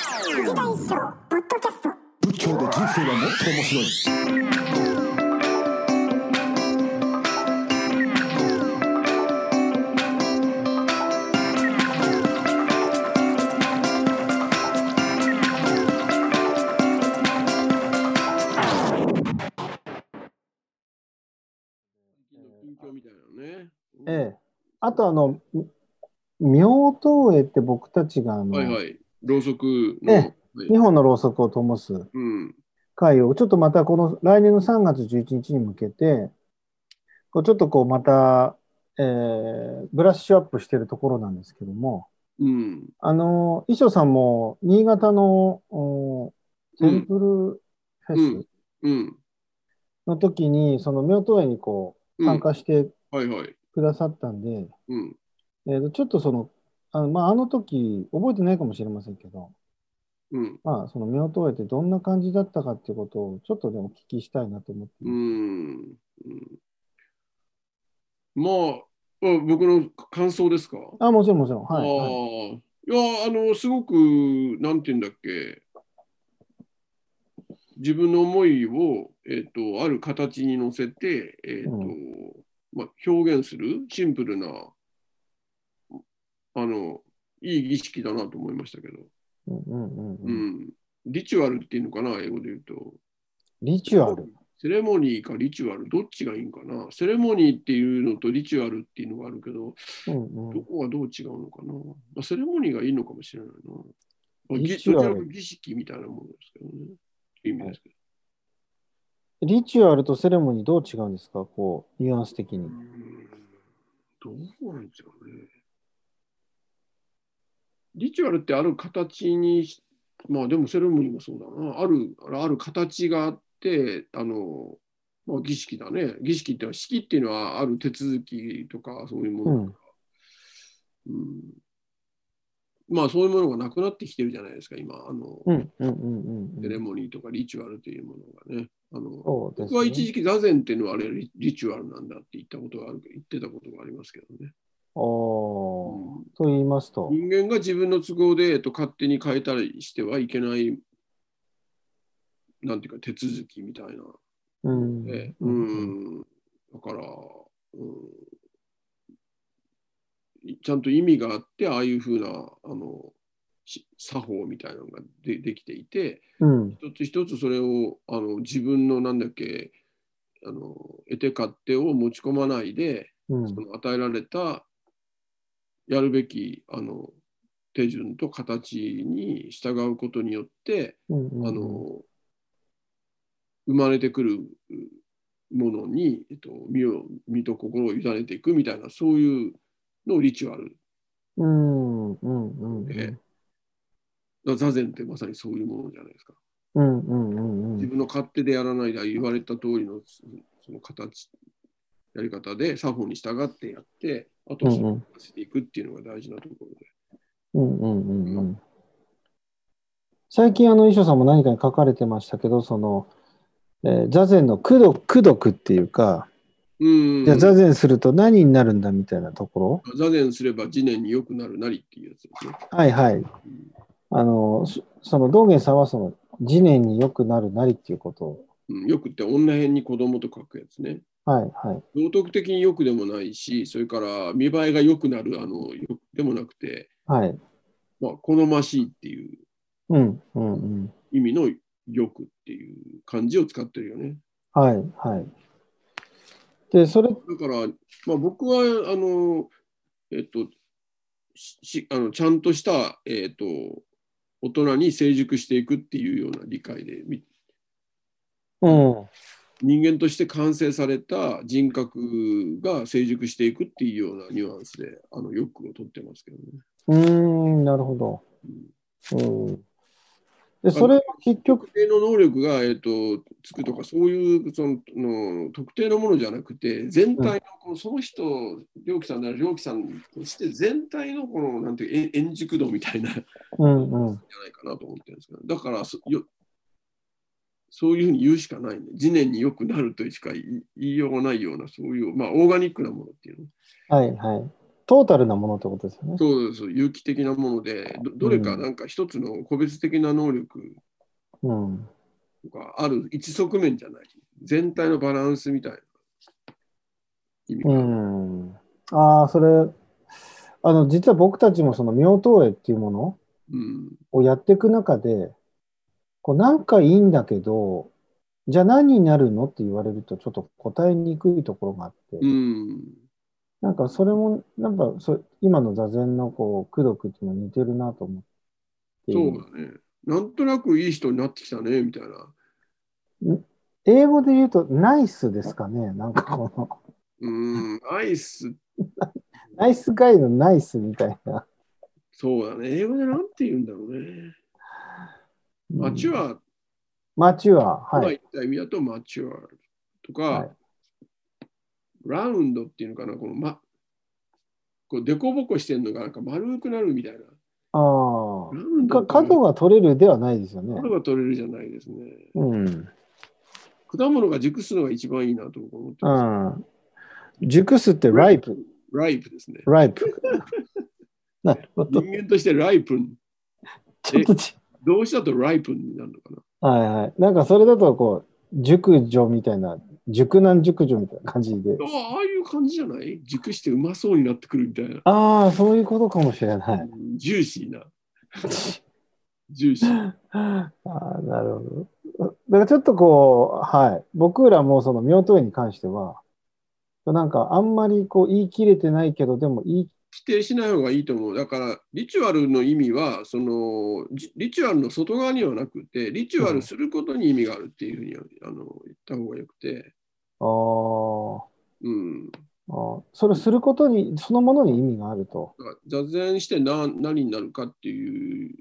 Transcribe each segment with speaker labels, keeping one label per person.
Speaker 1: 時代ショーポッドキャスト
Speaker 2: 仏教で人生はもっと面白い
Speaker 3: 近況みたいなね。
Speaker 4: ええ。あとあの、妙灯絵って僕たちがあの、
Speaker 3: はいはい。ろうそく
Speaker 4: え
Speaker 3: の。はい
Speaker 4: 2本のろうそくを灯す
Speaker 3: うん。
Speaker 4: 会を、ちょっとまたこの来年の3月11日に向けて、こうちょっとこうまた、えーブラッシュアップしてるところなんですけども、
Speaker 3: うん。
Speaker 4: あの、衣装さんも新潟のおテンプルフェス
Speaker 3: うん。
Speaker 4: の時に、その妙灯絵にこう
Speaker 3: うん
Speaker 4: 参加して
Speaker 3: はいはい。
Speaker 4: くださったんで、
Speaker 3: うん。
Speaker 4: えーとちょっとその、あの,、まあ、あの時覚えてないかもしれませんけど、
Speaker 3: うん。
Speaker 4: まあ、その夫婦絵ってどんな感じだったかっていうことをちょっとでもお聞きしたいなと思って、
Speaker 3: うん。うんまあ、あ僕の感想ですか。
Speaker 4: あ、もちろんもちろん。
Speaker 3: ああ
Speaker 4: はい、はい。
Speaker 3: ー。いや、あの、すごく、なんて言うんだっけ。自分の思いを、えっ、と、ある形に乗せて、えっ、と、
Speaker 4: う
Speaker 3: まあ、表現するシンプルな、あの、いい儀式だなと思いましたけど。
Speaker 4: うんうんうん
Speaker 3: う
Speaker 4: うん。
Speaker 3: ん、リチュアルっていうのかな、英語で言うと。
Speaker 4: リチュアル。
Speaker 3: セレモニーかリチュアル、どっちがいいんかな。セレモニーっていうのとリチュアルっていうのがあるけど、
Speaker 4: うんう
Speaker 3: ど
Speaker 4: ん、
Speaker 3: こがどう違うのかな。まあ、セレモニーがいいのかもしれないな。まあ、ぎ
Speaker 4: リ
Speaker 3: ど
Speaker 4: チ
Speaker 3: ち
Speaker 4: ュア
Speaker 3: ら
Speaker 4: ル
Speaker 3: かというと儀式みたいなものですけどね。意味ですけ
Speaker 4: リチュアルとセレモニーどう違うんですかこう、ニュアンス的に
Speaker 3: ど。。うんどうなんですかね。リチュアルってある形にし、まあでもセレモニーもそうだな。ある、ある形があって、あの、まあ、儀式だね。儀式ってのは、式っていうのはある手続きとかそういうも
Speaker 4: う
Speaker 3: の、
Speaker 4: ん。
Speaker 3: うんまあそういうものがなくなってきてるじゃないですか、今。あの
Speaker 4: うんうんうんうん
Speaker 3: セレ
Speaker 4: うん。
Speaker 3: モニーとかリチュアルというものがね。あの
Speaker 4: そうです
Speaker 3: 僕は一
Speaker 4: ね。
Speaker 3: 時期座禅っていうのはあれリリチュアルなんだって言ったことがある言ってたことがありますけどね。
Speaker 4: おーと言いますと。
Speaker 3: 人間が自分の都合で、えっと、勝手に変えたりしてはいけない、なんていうか手続きみたいな
Speaker 4: うん。
Speaker 3: ね
Speaker 4: う
Speaker 3: うんん、だから、うん、ちゃんと意味があって、ああいうふうなあのし作法みたいなのがでできていて、
Speaker 4: うん。
Speaker 3: 一つ一つそれをあの自分のなんだっけ、あの得て勝手を持ち込まないで、
Speaker 4: うん
Speaker 3: その与えられたやるべきあの手順と形に従うことによって、
Speaker 4: うんうん
Speaker 3: あの生まれてくるうものに、えっと、身を身と心を委ねていくみたいなそういうのをリチュアル
Speaker 4: うんうんうんうん。
Speaker 3: で座禅ってまさにそういうものじゃないですか
Speaker 4: うんうんうんう
Speaker 3: 自
Speaker 4: ん。
Speaker 3: 分の勝手でやらないで言われた通りのそその形やり方で作法に従ってやってあと
Speaker 4: う
Speaker 3: は
Speaker 4: ん
Speaker 3: それを
Speaker 4: うん
Speaker 3: させていくっていうのが大事なところで、
Speaker 4: うんうんうんうん。最近あの衣装さんも何かに書かれてましたけど、その、えー座禅の功徳功徳っていうか、
Speaker 3: うん
Speaker 4: じゃあ座禅すると何になるんだみたいなとこ
Speaker 3: 座禅すれば次年に良くなるなりっていうやつですね。
Speaker 4: ろ、はいはい。あの、そその道元さんはその、次年に良くなるなりっていうことを、
Speaker 3: うん、よくって女編に子供と書くやつね。
Speaker 4: はいはい。
Speaker 3: 道徳的に良くでもないし、それから見栄えが良くなるあのよでもなくて、
Speaker 4: はい。
Speaker 3: まあ、好ましいっていう
Speaker 4: うんうんうん。
Speaker 3: 意味の良くっていう漢字を使ってるよね。
Speaker 4: はいはい。で、それ、
Speaker 3: だから、まあ、僕はあの、えっと、ししあのちゃんとした、えっと、大人に成熟していくっていうような理解で、み
Speaker 4: うん。
Speaker 3: 人間として完成された人格が成熟していくっていうようなニュアンスで、あの、よくを取ってますけどね。
Speaker 4: うーん、なるほど。
Speaker 3: うん
Speaker 4: うん。で、それは結局、
Speaker 3: 特定の能力が、えっとつくとかそういうそのの特定のものじゃなくて全体のこのその人良樹さんなら良樹さんとして全体のこのなんていうえ円熟度みたいなじゃ
Speaker 4: うんうん。
Speaker 3: ないかなと思ってるんですけどだからそよそういうふうに言うしかないね次年によくなるとしか言い言いようがないようなそういうまあオーガニックなものっていうの
Speaker 4: はいはい。トータルなものってことですよね。
Speaker 3: そうです、有機的なもので、どどれかなんか一つの個別的な能力
Speaker 4: うん。
Speaker 3: とか、ある一側面じゃない、全体のバランスみたいな意味が、
Speaker 4: うん。ああ、それ、あの、実は僕たちもその妙投影っていうもの
Speaker 3: うん
Speaker 4: をやっていく中で、こう、なんかいいんだけど、じゃあ何になるのって言われるとちょっと答えにくいところがあって、
Speaker 3: うん、
Speaker 4: なんかそれも、なんかそ今の座禅のこう、功徳っていうのに似てるなと思って。
Speaker 3: そうだね。なんとなくいい人になってきたね、みたいな。
Speaker 4: 英語で言うと、ナイスですかね。なんかこの、
Speaker 3: うん、アイス、
Speaker 4: ナイスガイのナイスみたいな。
Speaker 3: そうだね。英語でなんて言うんだろうね。マチュアと
Speaker 4: マチュア、
Speaker 3: か
Speaker 4: は
Speaker 3: 言
Speaker 4: い。
Speaker 3: った意味だとマチュアとか、
Speaker 4: はい
Speaker 3: ラウンドっていうのかな、この、ま、こうデコボコしてるのがなんか丸くなるみたいな。
Speaker 4: あ
Speaker 3: ラウン
Speaker 4: あ。
Speaker 3: ド
Speaker 4: か
Speaker 3: っていうの
Speaker 4: 角
Speaker 3: は
Speaker 4: が取れるではないですよね。
Speaker 3: 角が取れるじゃないですね。
Speaker 4: うん。うん。
Speaker 3: 果物が熟すのが一番いいなと僕は思ってます。
Speaker 4: 熟すってライプ、
Speaker 3: ライプですね。
Speaker 4: ライプ。なるほ
Speaker 3: 人
Speaker 4: ど。
Speaker 3: 間としてライプン、
Speaker 4: ちょっとち、
Speaker 3: 動詞だとライプンになるのかな。
Speaker 4: はいはい。なんかそれだとこう、熟女みたいな、熟男熟女みたいな感じで。
Speaker 3: あああいう感じじゃない熟してうまそうになってくるみたいな。
Speaker 4: ああ、そういうことかもしれない。
Speaker 3: ジューシーな。ジューシー。
Speaker 4: ああ、なるほど。だからちょっとこう、はい。僕らもその妙刀絵に関しては、なんかあんまりこう言い切れてないけど、でも言い、
Speaker 3: 否定しない方がいいと思う。だから、リチュアルの意味は、その、リリチュアルの外側にはなくて、リチュアルすることに意味があるっていうふうに、あの言った方がよくて、
Speaker 4: あー
Speaker 3: うん。だ
Speaker 4: あー、それすることに、そのものに意味があると。
Speaker 3: から座禅して何何になるかっていう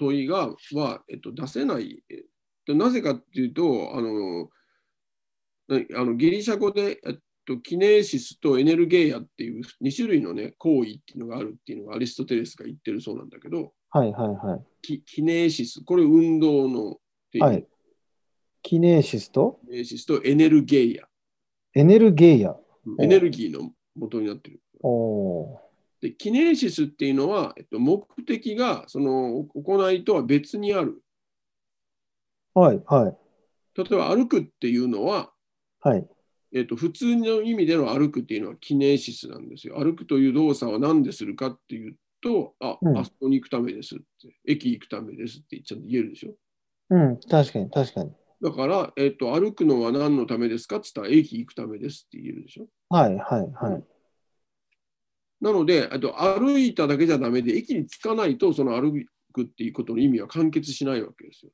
Speaker 3: 問いが、は、えっと、出せない。えっとなぜかっていうと、あの、何あのギリシャ語で、えっと、キネシスとエネルゲーヤっていう2種類のね、行為っていうのがあるっていうのがアリストテレスが言ってるそうなんだけど、
Speaker 4: はいはいはい。
Speaker 3: キキネーシス、これ運動のっていう、
Speaker 4: はいキネーシスと
Speaker 3: キネーシスとエネルゲイア、
Speaker 4: エネルゲイア。
Speaker 3: うんエネルギーの元になってる。
Speaker 4: おお
Speaker 3: で、キネーシスっていうのは、えっと、目的がその行いとは別にある。
Speaker 4: ー。はいはい
Speaker 3: 例えば歩くっていうのは、
Speaker 4: はい。
Speaker 3: えっと、普通の意味での歩くっていうのはキネーシスなんですよ。歩くという動作は何でするかっていうと、あ、
Speaker 4: うん
Speaker 3: あそこに行くためですって、駅行くためですってちゃんと言えるでしょ。
Speaker 4: うん、確かに確かに。
Speaker 3: だから、えっと、歩くのは何のためですかって言ったら、駅行くためですって言えるでしょ。
Speaker 4: はいはいはい。
Speaker 3: なので、あと歩いただけじゃダメで、駅に着かないと、その歩くっていうことの意味は完結しないわけですよ。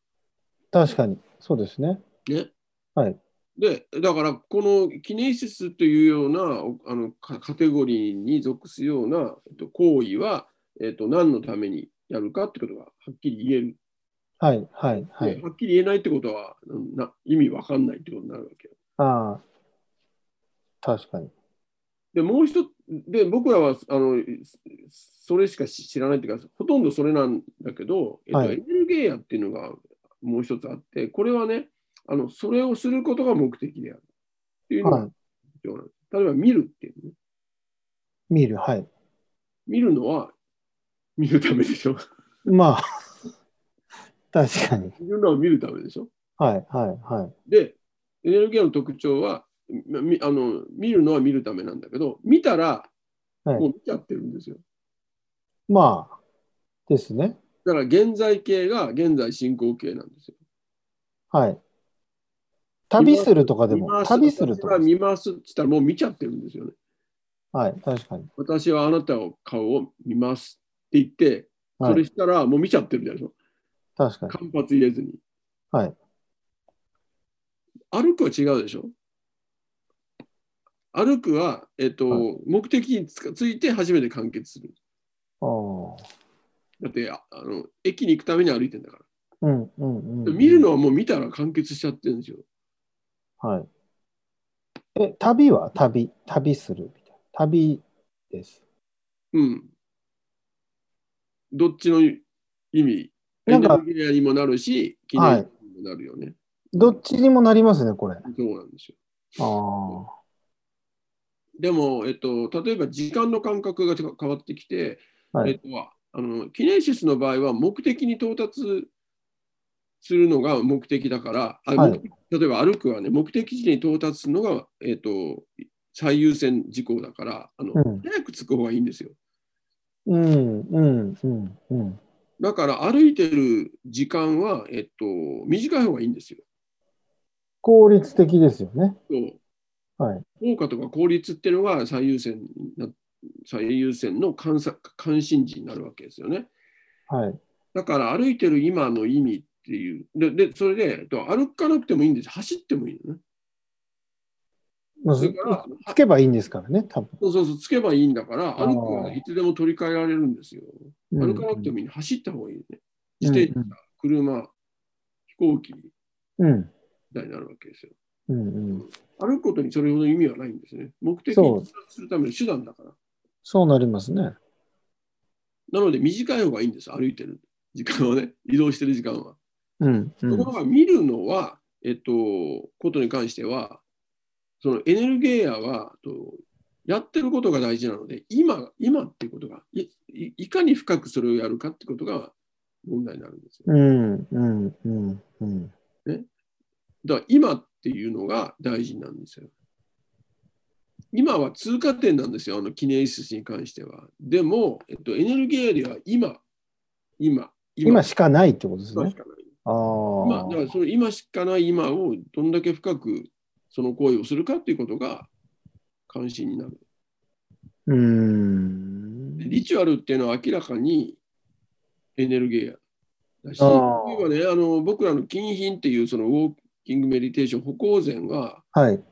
Speaker 4: 確かに。そうですね。
Speaker 3: ね。
Speaker 4: はい。
Speaker 3: で、だから、このキネシスというようなおあのカカテゴリーに属すような、えっと、行為は、えっと、何のためにやるかってことがはっきり言える。
Speaker 4: はいはいはい
Speaker 3: で。はっきり言えないってことは、うんな意味わかんないってことになるわけよ。
Speaker 4: ああ。確かに。
Speaker 3: で、もう一つ、で、僕らは、あの、それしか知らないっていうか、ほとんどそれなんだけど、えっと
Speaker 4: はい
Speaker 3: エネルゲイアっていうのがもう一つあって、これはね、あの、それをすることが目的である。っていうの
Speaker 4: は
Speaker 3: が
Speaker 4: い。
Speaker 3: 必要なんです。例えば、見るっていうね。
Speaker 4: 見る、はい。
Speaker 3: 見るのは、見るためでし ょ。
Speaker 4: まあ、確かに。
Speaker 3: 見るのは見るためでしょ。
Speaker 4: はい、はい、はい。
Speaker 3: で、エネルギーの特徴は、みあの見るのは見るためなんだけど、見たら、
Speaker 4: はい
Speaker 3: もう見ちゃってるんですよ。
Speaker 4: まあ、ですね。
Speaker 3: だから、現在形が現在進行形なんですよ。
Speaker 4: はい。旅するとかで
Speaker 3: 見ま
Speaker 4: も、
Speaker 3: す
Speaker 4: 旅すると
Speaker 3: 私は
Speaker 4: かです。
Speaker 3: 見ますって言ったらもう見ちゃってるんですよね。
Speaker 4: はい、確かに。
Speaker 3: 私はあなたの顔を見ますって言って、
Speaker 4: は
Speaker 3: それ
Speaker 4: い、
Speaker 3: したらもう見ちゃってるじゃないです
Speaker 4: 確か
Speaker 3: か。
Speaker 4: に。
Speaker 3: 間髪入れずに。
Speaker 4: はい。
Speaker 3: 歩くは違うでしょ歩くは、えっと
Speaker 4: は
Speaker 3: 目的につかついて初めて完結する。
Speaker 4: おー
Speaker 3: だってああの駅に行くために歩いてんだから。
Speaker 4: うん、うん、うん。
Speaker 3: 見るのはもう見たら完結しちゃってるんですよ。
Speaker 4: はい。え、旅は旅、旅するみたいな。旅です。
Speaker 3: うん。どっちの意味エ
Speaker 4: なん
Speaker 3: ネ
Speaker 4: か
Speaker 3: ルギーにもなるし、記念にもなるよね。
Speaker 4: どっちにもなりますね、これ。あ
Speaker 3: そうなんですよ。
Speaker 4: あ。
Speaker 3: でも、えっと、例えば時間の感覚が変わってきて、
Speaker 4: はい
Speaker 3: えっと、あのキネシスの場合は目的に到達するのが目的だから、あ
Speaker 4: はい
Speaker 3: 目的例えば歩くはね、目的地に到達するのが、えっと、最優先事項だからあの、
Speaker 4: うん
Speaker 3: 早く着く方がいいんですよ。
Speaker 4: うん、うん、うん、うん。
Speaker 3: だから歩いてる時間は、えっと、短い方がいいんですよ。
Speaker 4: 効率的ですよね。
Speaker 3: そう
Speaker 4: はい。
Speaker 3: 効果とか効率っていうのが最優先な最優先の関さ関心事になるわけですよね。
Speaker 4: はい。
Speaker 3: だから歩いてる今の意味っていう、で、でそれでえっと歩かなくてもいいんです、走ってもいいのね。
Speaker 4: まあ
Speaker 3: それから、
Speaker 4: つけばいいんですからね、多分。
Speaker 3: そうそうそう、つけばいいんだから、
Speaker 4: あー
Speaker 3: 歩くはいつでも取り替えられるんですよ。歩かなくて
Speaker 4: も
Speaker 3: もいい、走った方がいいね。自転車、車、飛行機み
Speaker 4: うん、
Speaker 3: たいになるわけですよ。
Speaker 4: うん、うん。うん
Speaker 3: 歩くことにそれほど意味はないんですね。目的
Speaker 4: そ
Speaker 3: に
Speaker 4: う
Speaker 3: 達するための手段だから。
Speaker 4: そうなりますね。
Speaker 3: なので短い方がいいんです、歩いてる時間はね、移動してる時間は。
Speaker 4: うん、う
Speaker 3: ところ
Speaker 4: ん。
Speaker 3: が見るのは、えっと、ことに関しては、そのエネルゲイヤーはと、やってることが大事なので、今、今っていうことが、いいいかに深くそれをやるかってことが問題になるんですよ。
Speaker 4: うん、うん、うん、うん。
Speaker 3: だから今っていうのが大事なんですよ。今は通過点なんですよ、あのキネイシスに関しては。でも、えっと、エネルギーでは今、今、
Speaker 4: 今しかないってことです
Speaker 3: 今
Speaker 4: ね
Speaker 3: し。かない。
Speaker 4: あ
Speaker 3: まあ、だから
Speaker 4: あ。
Speaker 3: その今しかない今をどんだけ深くその行為をするかっていうことが関心になる。
Speaker 4: うーん。
Speaker 3: リチュアルっていうのは明らかにエネルギーだし、
Speaker 4: あ
Speaker 3: 例
Speaker 4: ー
Speaker 3: えばね、あの僕らの金品っていうそのウォーキングメディテーション、歩行禅は、
Speaker 4: はい。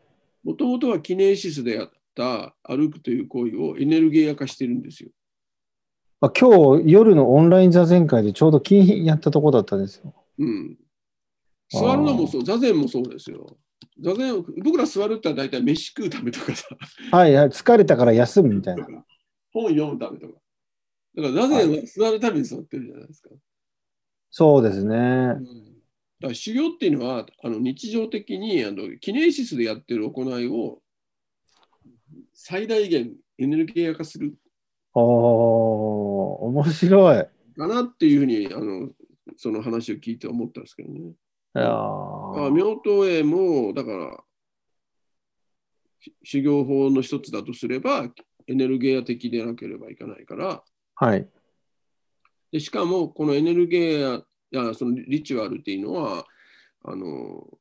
Speaker 3: もともとはキネシスでやった歩くという行為をエネルギー化してるんですよ。
Speaker 4: まあ、今日夜のオンライン座禅会でちょうど金品やったとこだったんですよ。
Speaker 3: うん。座るのもそう、座禅もそうですよ。座禅、僕ら座るってのは大体飯食うためとかさ、
Speaker 4: はいはい。疲れたから休むみたいな。
Speaker 3: 本読むためとか。だから、なぜ座るために座ってるじゃないですか。
Speaker 4: そうですね
Speaker 3: う。んだから修行っていうのは、あの日常的にあのキネシスでやってる行いを最大限エネルギー化する
Speaker 4: おお面白い。
Speaker 3: かなっていうふうにあのその話を聞いて思ったんですけどね。
Speaker 4: いや
Speaker 3: あ
Speaker 4: ー
Speaker 3: 妙刀絵もだからし修行法の一つだとすればエネルギー的でなければいけないから
Speaker 4: はい。
Speaker 3: でしかもこのエネルギーやそのリチュアルっていうのはあの、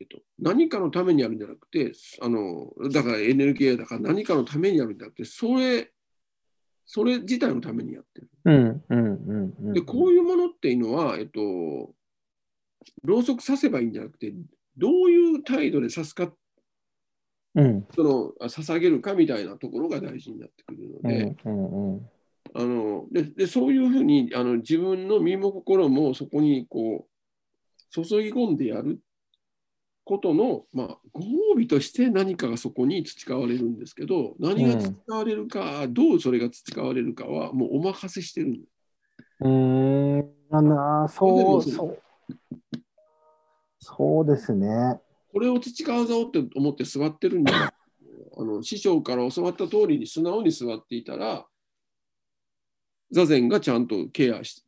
Speaker 3: えっと、何かのためにやるんじゃなくてあのだからエネルギーだから何かのためにやるんじゃなくてそれそれ自体のためにやってる。
Speaker 4: うんうんうんうん。
Speaker 3: でこういうものっていうのは、えっと、ろうそく刺せばいいんじゃなくてどういう態度で刺すか
Speaker 4: うん
Speaker 3: そのあ捧げるかみたいなところが大事になってくるの
Speaker 4: う
Speaker 3: で。
Speaker 4: んうんうん。
Speaker 3: あのででそういうふうにあの自分の身も心もそこにこう注ぎ込んでやることの、まあ、ご褒美として何かがそこに培われるんですけど何が培われるか、どうそれが培われるかはもうお任せしてるんです
Speaker 4: うーん、あなあ、そう、
Speaker 3: でも
Speaker 4: そう。そうですね。
Speaker 3: これを培わざおうって思って座ってるんじゃなくて あの師匠から教わった通りに素直に座っていたら座禅がちゃんとケアし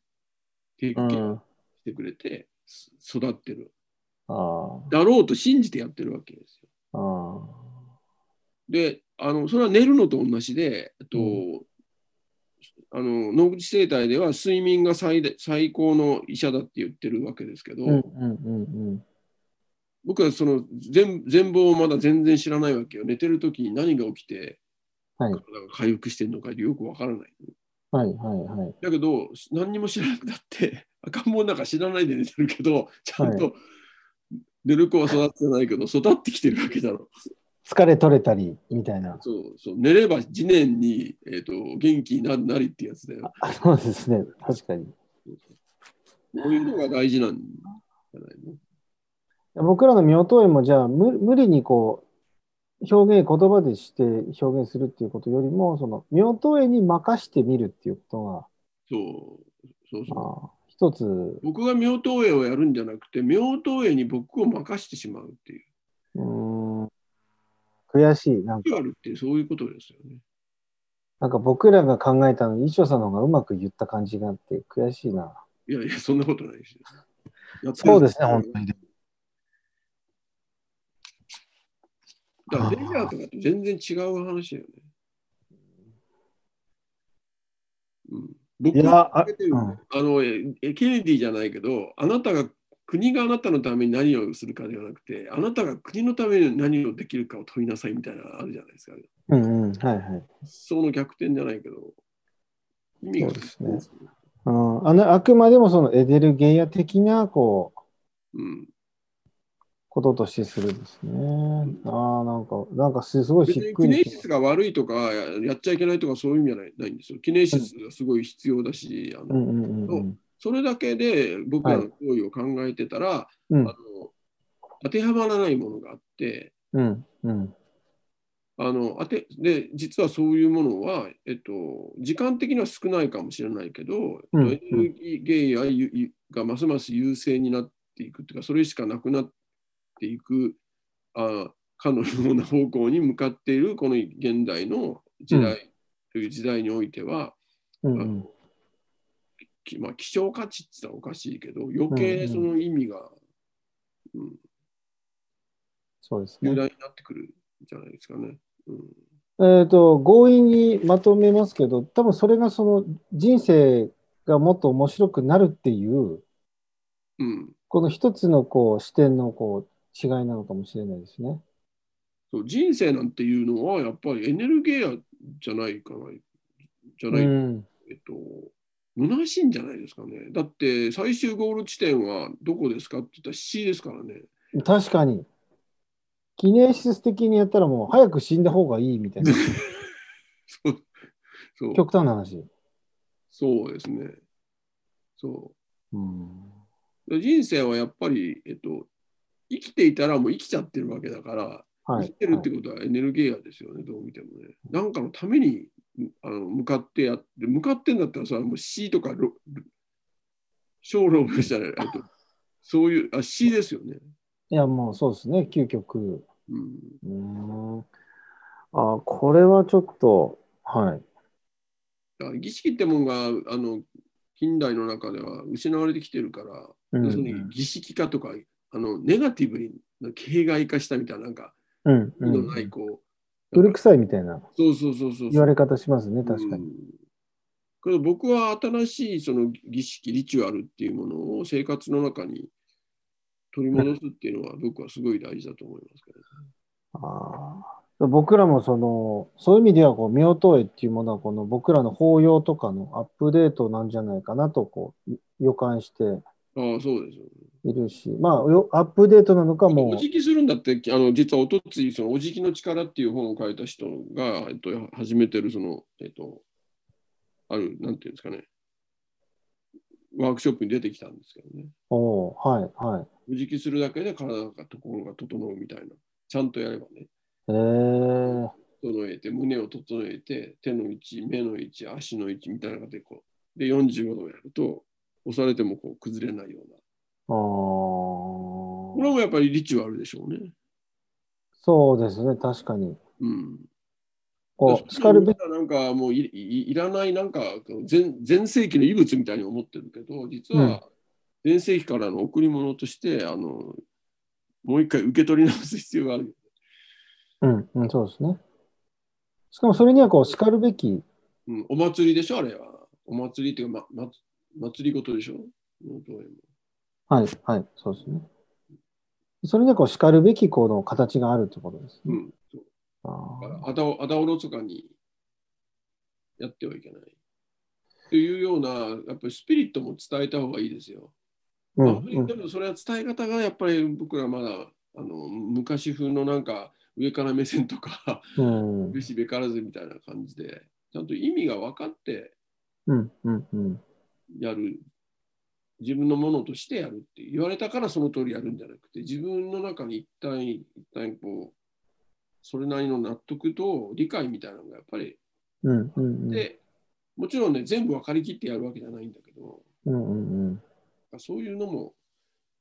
Speaker 3: テイ
Speaker 4: う
Speaker 3: クケア
Speaker 4: ん。あ
Speaker 3: してくれて、す育ってる
Speaker 4: あ、
Speaker 3: だろうと信じてやってるわけですよ。
Speaker 4: ああ。
Speaker 3: で、あのそれは寝るのと同じで、えっと
Speaker 4: うん
Speaker 3: あの野口生態では睡眠が最大最高の医者だって言ってるわけですけど、
Speaker 4: うんうんうん
Speaker 3: 僕はその全全貌をまだ全然知らないわけよ。寝てる時に何が起きて、
Speaker 4: はい
Speaker 3: 体が回復してるのかよくわからない。
Speaker 4: うん。はいはいはい。
Speaker 3: だけど、何にも知らなくなって、 赤ん坊なんか知らないで寝てるけど、ちゃんと寝る子は育ってないけど、育ってきてるわけだろ。
Speaker 4: 疲れ取れたり、みたいな。
Speaker 3: そうそう寝れば次年に、えー、と元気になるなりってやつだよ。
Speaker 4: そうですね。確かに。
Speaker 3: そういうのが大事なんじゃないの
Speaker 4: 僕らの妙刀院もじゃあ無無理にこう表現言葉でして表現するっていうことよりもその妙刀院に任してみるっていうこ
Speaker 3: そうそう
Speaker 4: と
Speaker 3: そう。
Speaker 4: がああ一つ
Speaker 3: 僕が妙刀絵をやるんじゃなくて、妙刀絵に僕を任してしまうっていう。
Speaker 4: うーん悔しい。なんか、
Speaker 3: ビジュアルってそういうことですよね。
Speaker 4: なんか僕らが考えたのに、衣装さんの方がうまく言った感じがあって、悔しいな。
Speaker 3: いやいや、そんなことないですよ。やってる
Speaker 4: そうですね、本当に。
Speaker 3: だからメジャーとかと全然違う話だよね。うん、僕
Speaker 4: いやあ
Speaker 3: あのええケネディじゃないけど、あなたが国があなたのために何をするかではなくて、あなたが国のために何をできるかを問いなさいみたいなのあるじゃないですか。
Speaker 4: うんうん、はいはい。
Speaker 3: その逆転じゃないけど、意味が
Speaker 4: そうですねうん、あのあくまでもそのエデルゲイア的な、こう、
Speaker 3: うん、
Speaker 4: こととしてするんですね。ああ、なんか、なんかすすごい
Speaker 3: 別
Speaker 4: し
Speaker 3: に
Speaker 4: っ
Speaker 3: キ
Speaker 4: く
Speaker 3: ネ
Speaker 4: り
Speaker 3: シスが悪いとか、やっちゃいけないとかそういう意味じゃないないんですよ。キネシスがすごい必要だし、あ
Speaker 4: う
Speaker 3: の
Speaker 4: んうんうん
Speaker 3: それだけで僕らの行為を考えてたら、
Speaker 4: う
Speaker 3: あ
Speaker 4: ん。
Speaker 3: の当てはまらないものがあって
Speaker 4: うんうん
Speaker 3: あの当てで実はそういうものは、えっと、時間的には少ないかもしれないけど、
Speaker 4: うん
Speaker 3: エネルギーゲイやゆゆがますます優勢になっていくというかそれしかなくなっていくあかのような方向に向かっているこの現代の時代、という時代においては
Speaker 4: うんうん。
Speaker 3: きまあ、希少価値って言ったらおかしいけど余計その意味が、うん
Speaker 4: そうです
Speaker 3: 重
Speaker 4: ね。
Speaker 3: 大になってくるんじゃないですかね。うん
Speaker 4: えっと、強引にまとめますけど、多分それがその人生がもっと面白くなるっていう、
Speaker 3: うん、
Speaker 4: この一つのこう視点のこう違いなのかもしれないですね。
Speaker 3: そう人生なんていうのはやっぱりエネルギーやじゃないかなじゃ
Speaker 4: う
Speaker 3: ない、
Speaker 4: ん。
Speaker 3: えっと虚しいんじゃないですかねだって最終ゴール地点はどこですかって言ったら C ですからね
Speaker 4: 確かに。記念施設的にやったらもう早く死んだ方がいいみたいな、
Speaker 3: そうそう
Speaker 4: 極端な話。
Speaker 3: そうですねそ
Speaker 4: うん。
Speaker 3: うで人生はやっぱり、えっと、生きていたらもう生きちゃってるわけだから
Speaker 4: は
Speaker 3: 生
Speaker 4: い
Speaker 3: き。てるってことはエネルギーやですよね、どう見てもね。なんかのためにうんあの向かってやって、向かってんだったらそれはもう C とかロロ小ロブじゃない、 えっとそういう、あ、C ですよね。
Speaker 4: いや、もうそうですね、究極。
Speaker 3: うん、
Speaker 4: うーん。あ、これはちょっと、はい。
Speaker 3: だから儀式ってもんがあの近代の中では失われてきてるから、
Speaker 4: うん
Speaker 3: 要するに儀式化とか、あのネガティブに形骸化したみたいな、なんか、
Speaker 4: うん、
Speaker 3: 意
Speaker 4: う
Speaker 3: の
Speaker 4: ん。
Speaker 3: ないこう、
Speaker 4: 古臭いみたいな
Speaker 3: そうそうそうそうそう
Speaker 4: 言われ方しますね、確か
Speaker 3: う
Speaker 4: に。
Speaker 3: んこれ僕は新しいその儀式、リチュアルっていうものを生活の中に取り戻すっていうのは僕はすごい大事だと思いますけど。
Speaker 4: あー僕らもその、そういう意味では、こう、妙刀絵っていうものは、この僕らの法要とかのアップデートなんじゃないかなと、こう、予感して
Speaker 3: ああ、そうですよね。
Speaker 4: いるし、まあ、よアップデートなのかも
Speaker 3: お辞儀するんだって、あの実はおとつい、そのお辞儀の力っていう本を書いた人が、えっと、始めてる、その、えっと、ある、なんていうんですかね、ワークショップに出てきたんですけどね。
Speaker 4: う、おーはい、はい。
Speaker 3: お辞儀するだけで体が心が整うみたいな、ちゃんとやればね。
Speaker 4: えー、
Speaker 3: 整えて、胸を整えて、手の位置、目の位置、足の位置みたいなのでこう。で、45度やると、押されてもこう崩れないような。
Speaker 4: あ
Speaker 3: これ
Speaker 4: ー
Speaker 3: もやっぱりリチュアルでしょうね。
Speaker 4: そうですね、確かに。
Speaker 3: うん。
Speaker 4: こう、
Speaker 3: し
Speaker 4: しかるべき、
Speaker 3: なんかもういいいらないなんかこう前前世紀の遺物みたいに思ってるけど、実は前世紀からの贈り物として、あの、もう一回受け取り直す必要がある。
Speaker 4: うん、うん、そうですね。しかもそれには、こう、しかるべき、
Speaker 3: うん、お祭りでしょ、あれは。お祭りっていうか、ま、ま祭りごとでしょ。うんどういうの
Speaker 4: はい、はい、そうですね。それには、こう、しかるべき、この形があるってことです
Speaker 3: う
Speaker 4: ね。
Speaker 3: ん。そう
Speaker 4: あー
Speaker 3: あだおあだおろそかにやってはいけない。というような、やっぱりスピリットも伝えた方がいいですよ。
Speaker 4: うん、う
Speaker 3: で
Speaker 4: ん、
Speaker 3: もそれは伝え方がやっぱり僕らまだあの昔風のなんか上から目線とか、
Speaker 4: うん
Speaker 3: べ、しべからずみたいな感じで、ちゃんと意味が分かって
Speaker 4: うん、うん、うん。
Speaker 3: やる。自分のものとしてやるって言われたからその通りやるんじゃなくて自分の中に一旦一旦こうそれなりの納得と理解みたいなのがやっぱり
Speaker 4: うん、うん、
Speaker 3: で、もちろんね、全部分かりきってやるわけじゃないんだけど、
Speaker 4: うん、うん、うん。
Speaker 3: そういうのも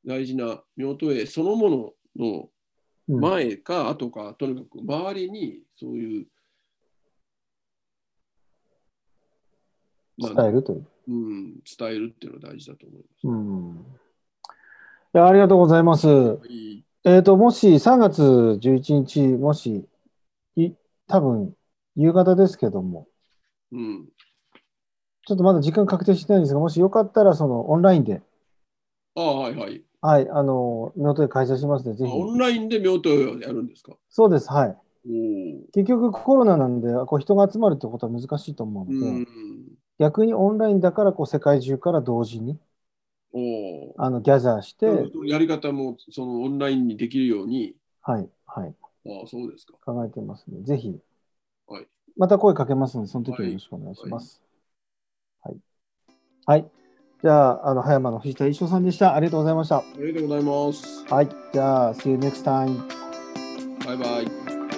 Speaker 3: 大事な、妙刀絵そのものの
Speaker 4: うん
Speaker 3: 前か後か、とにかく周りにそういう、まあ
Speaker 4: 伝えるという。
Speaker 3: うん、伝えるっていうのは大事だと思います。
Speaker 4: うん。いや、ありがとうございます。
Speaker 3: い
Speaker 4: えっと、もし3月11日、もし、い、多分、夕方ですけども、
Speaker 3: うん、
Speaker 4: ちょっとまだ時間確定してないんですが、もしよかったら、その、オンラインで、
Speaker 3: ああ、はいはい。
Speaker 4: はい、あの、ノートで開催しますので、ぜ
Speaker 3: あ
Speaker 4: ひ。
Speaker 3: オンラインで妙とやるんですか。
Speaker 4: そうです、はい。
Speaker 3: おお。
Speaker 4: 結局コロナなんで、こう人が集まるってことは難しいと思う
Speaker 3: う
Speaker 4: ので、
Speaker 3: ん。
Speaker 4: 逆にオンラインだからこう世界中から同時に
Speaker 3: おお。
Speaker 4: あのギャザーして、
Speaker 3: やり方もそのオンラインにできるように、
Speaker 4: はい、はい、
Speaker 3: ああ、そうですか。
Speaker 4: 考えてますので、ぜひ、
Speaker 3: はい
Speaker 4: また声かけますので、その時はよろしくお願いします。はい。はい。じゃあ、あの、葉山の藤田一生さんでした。ありがとうございました。
Speaker 3: ありがとうございます。
Speaker 4: はい。じゃあ、See you next time.
Speaker 3: バイバイ。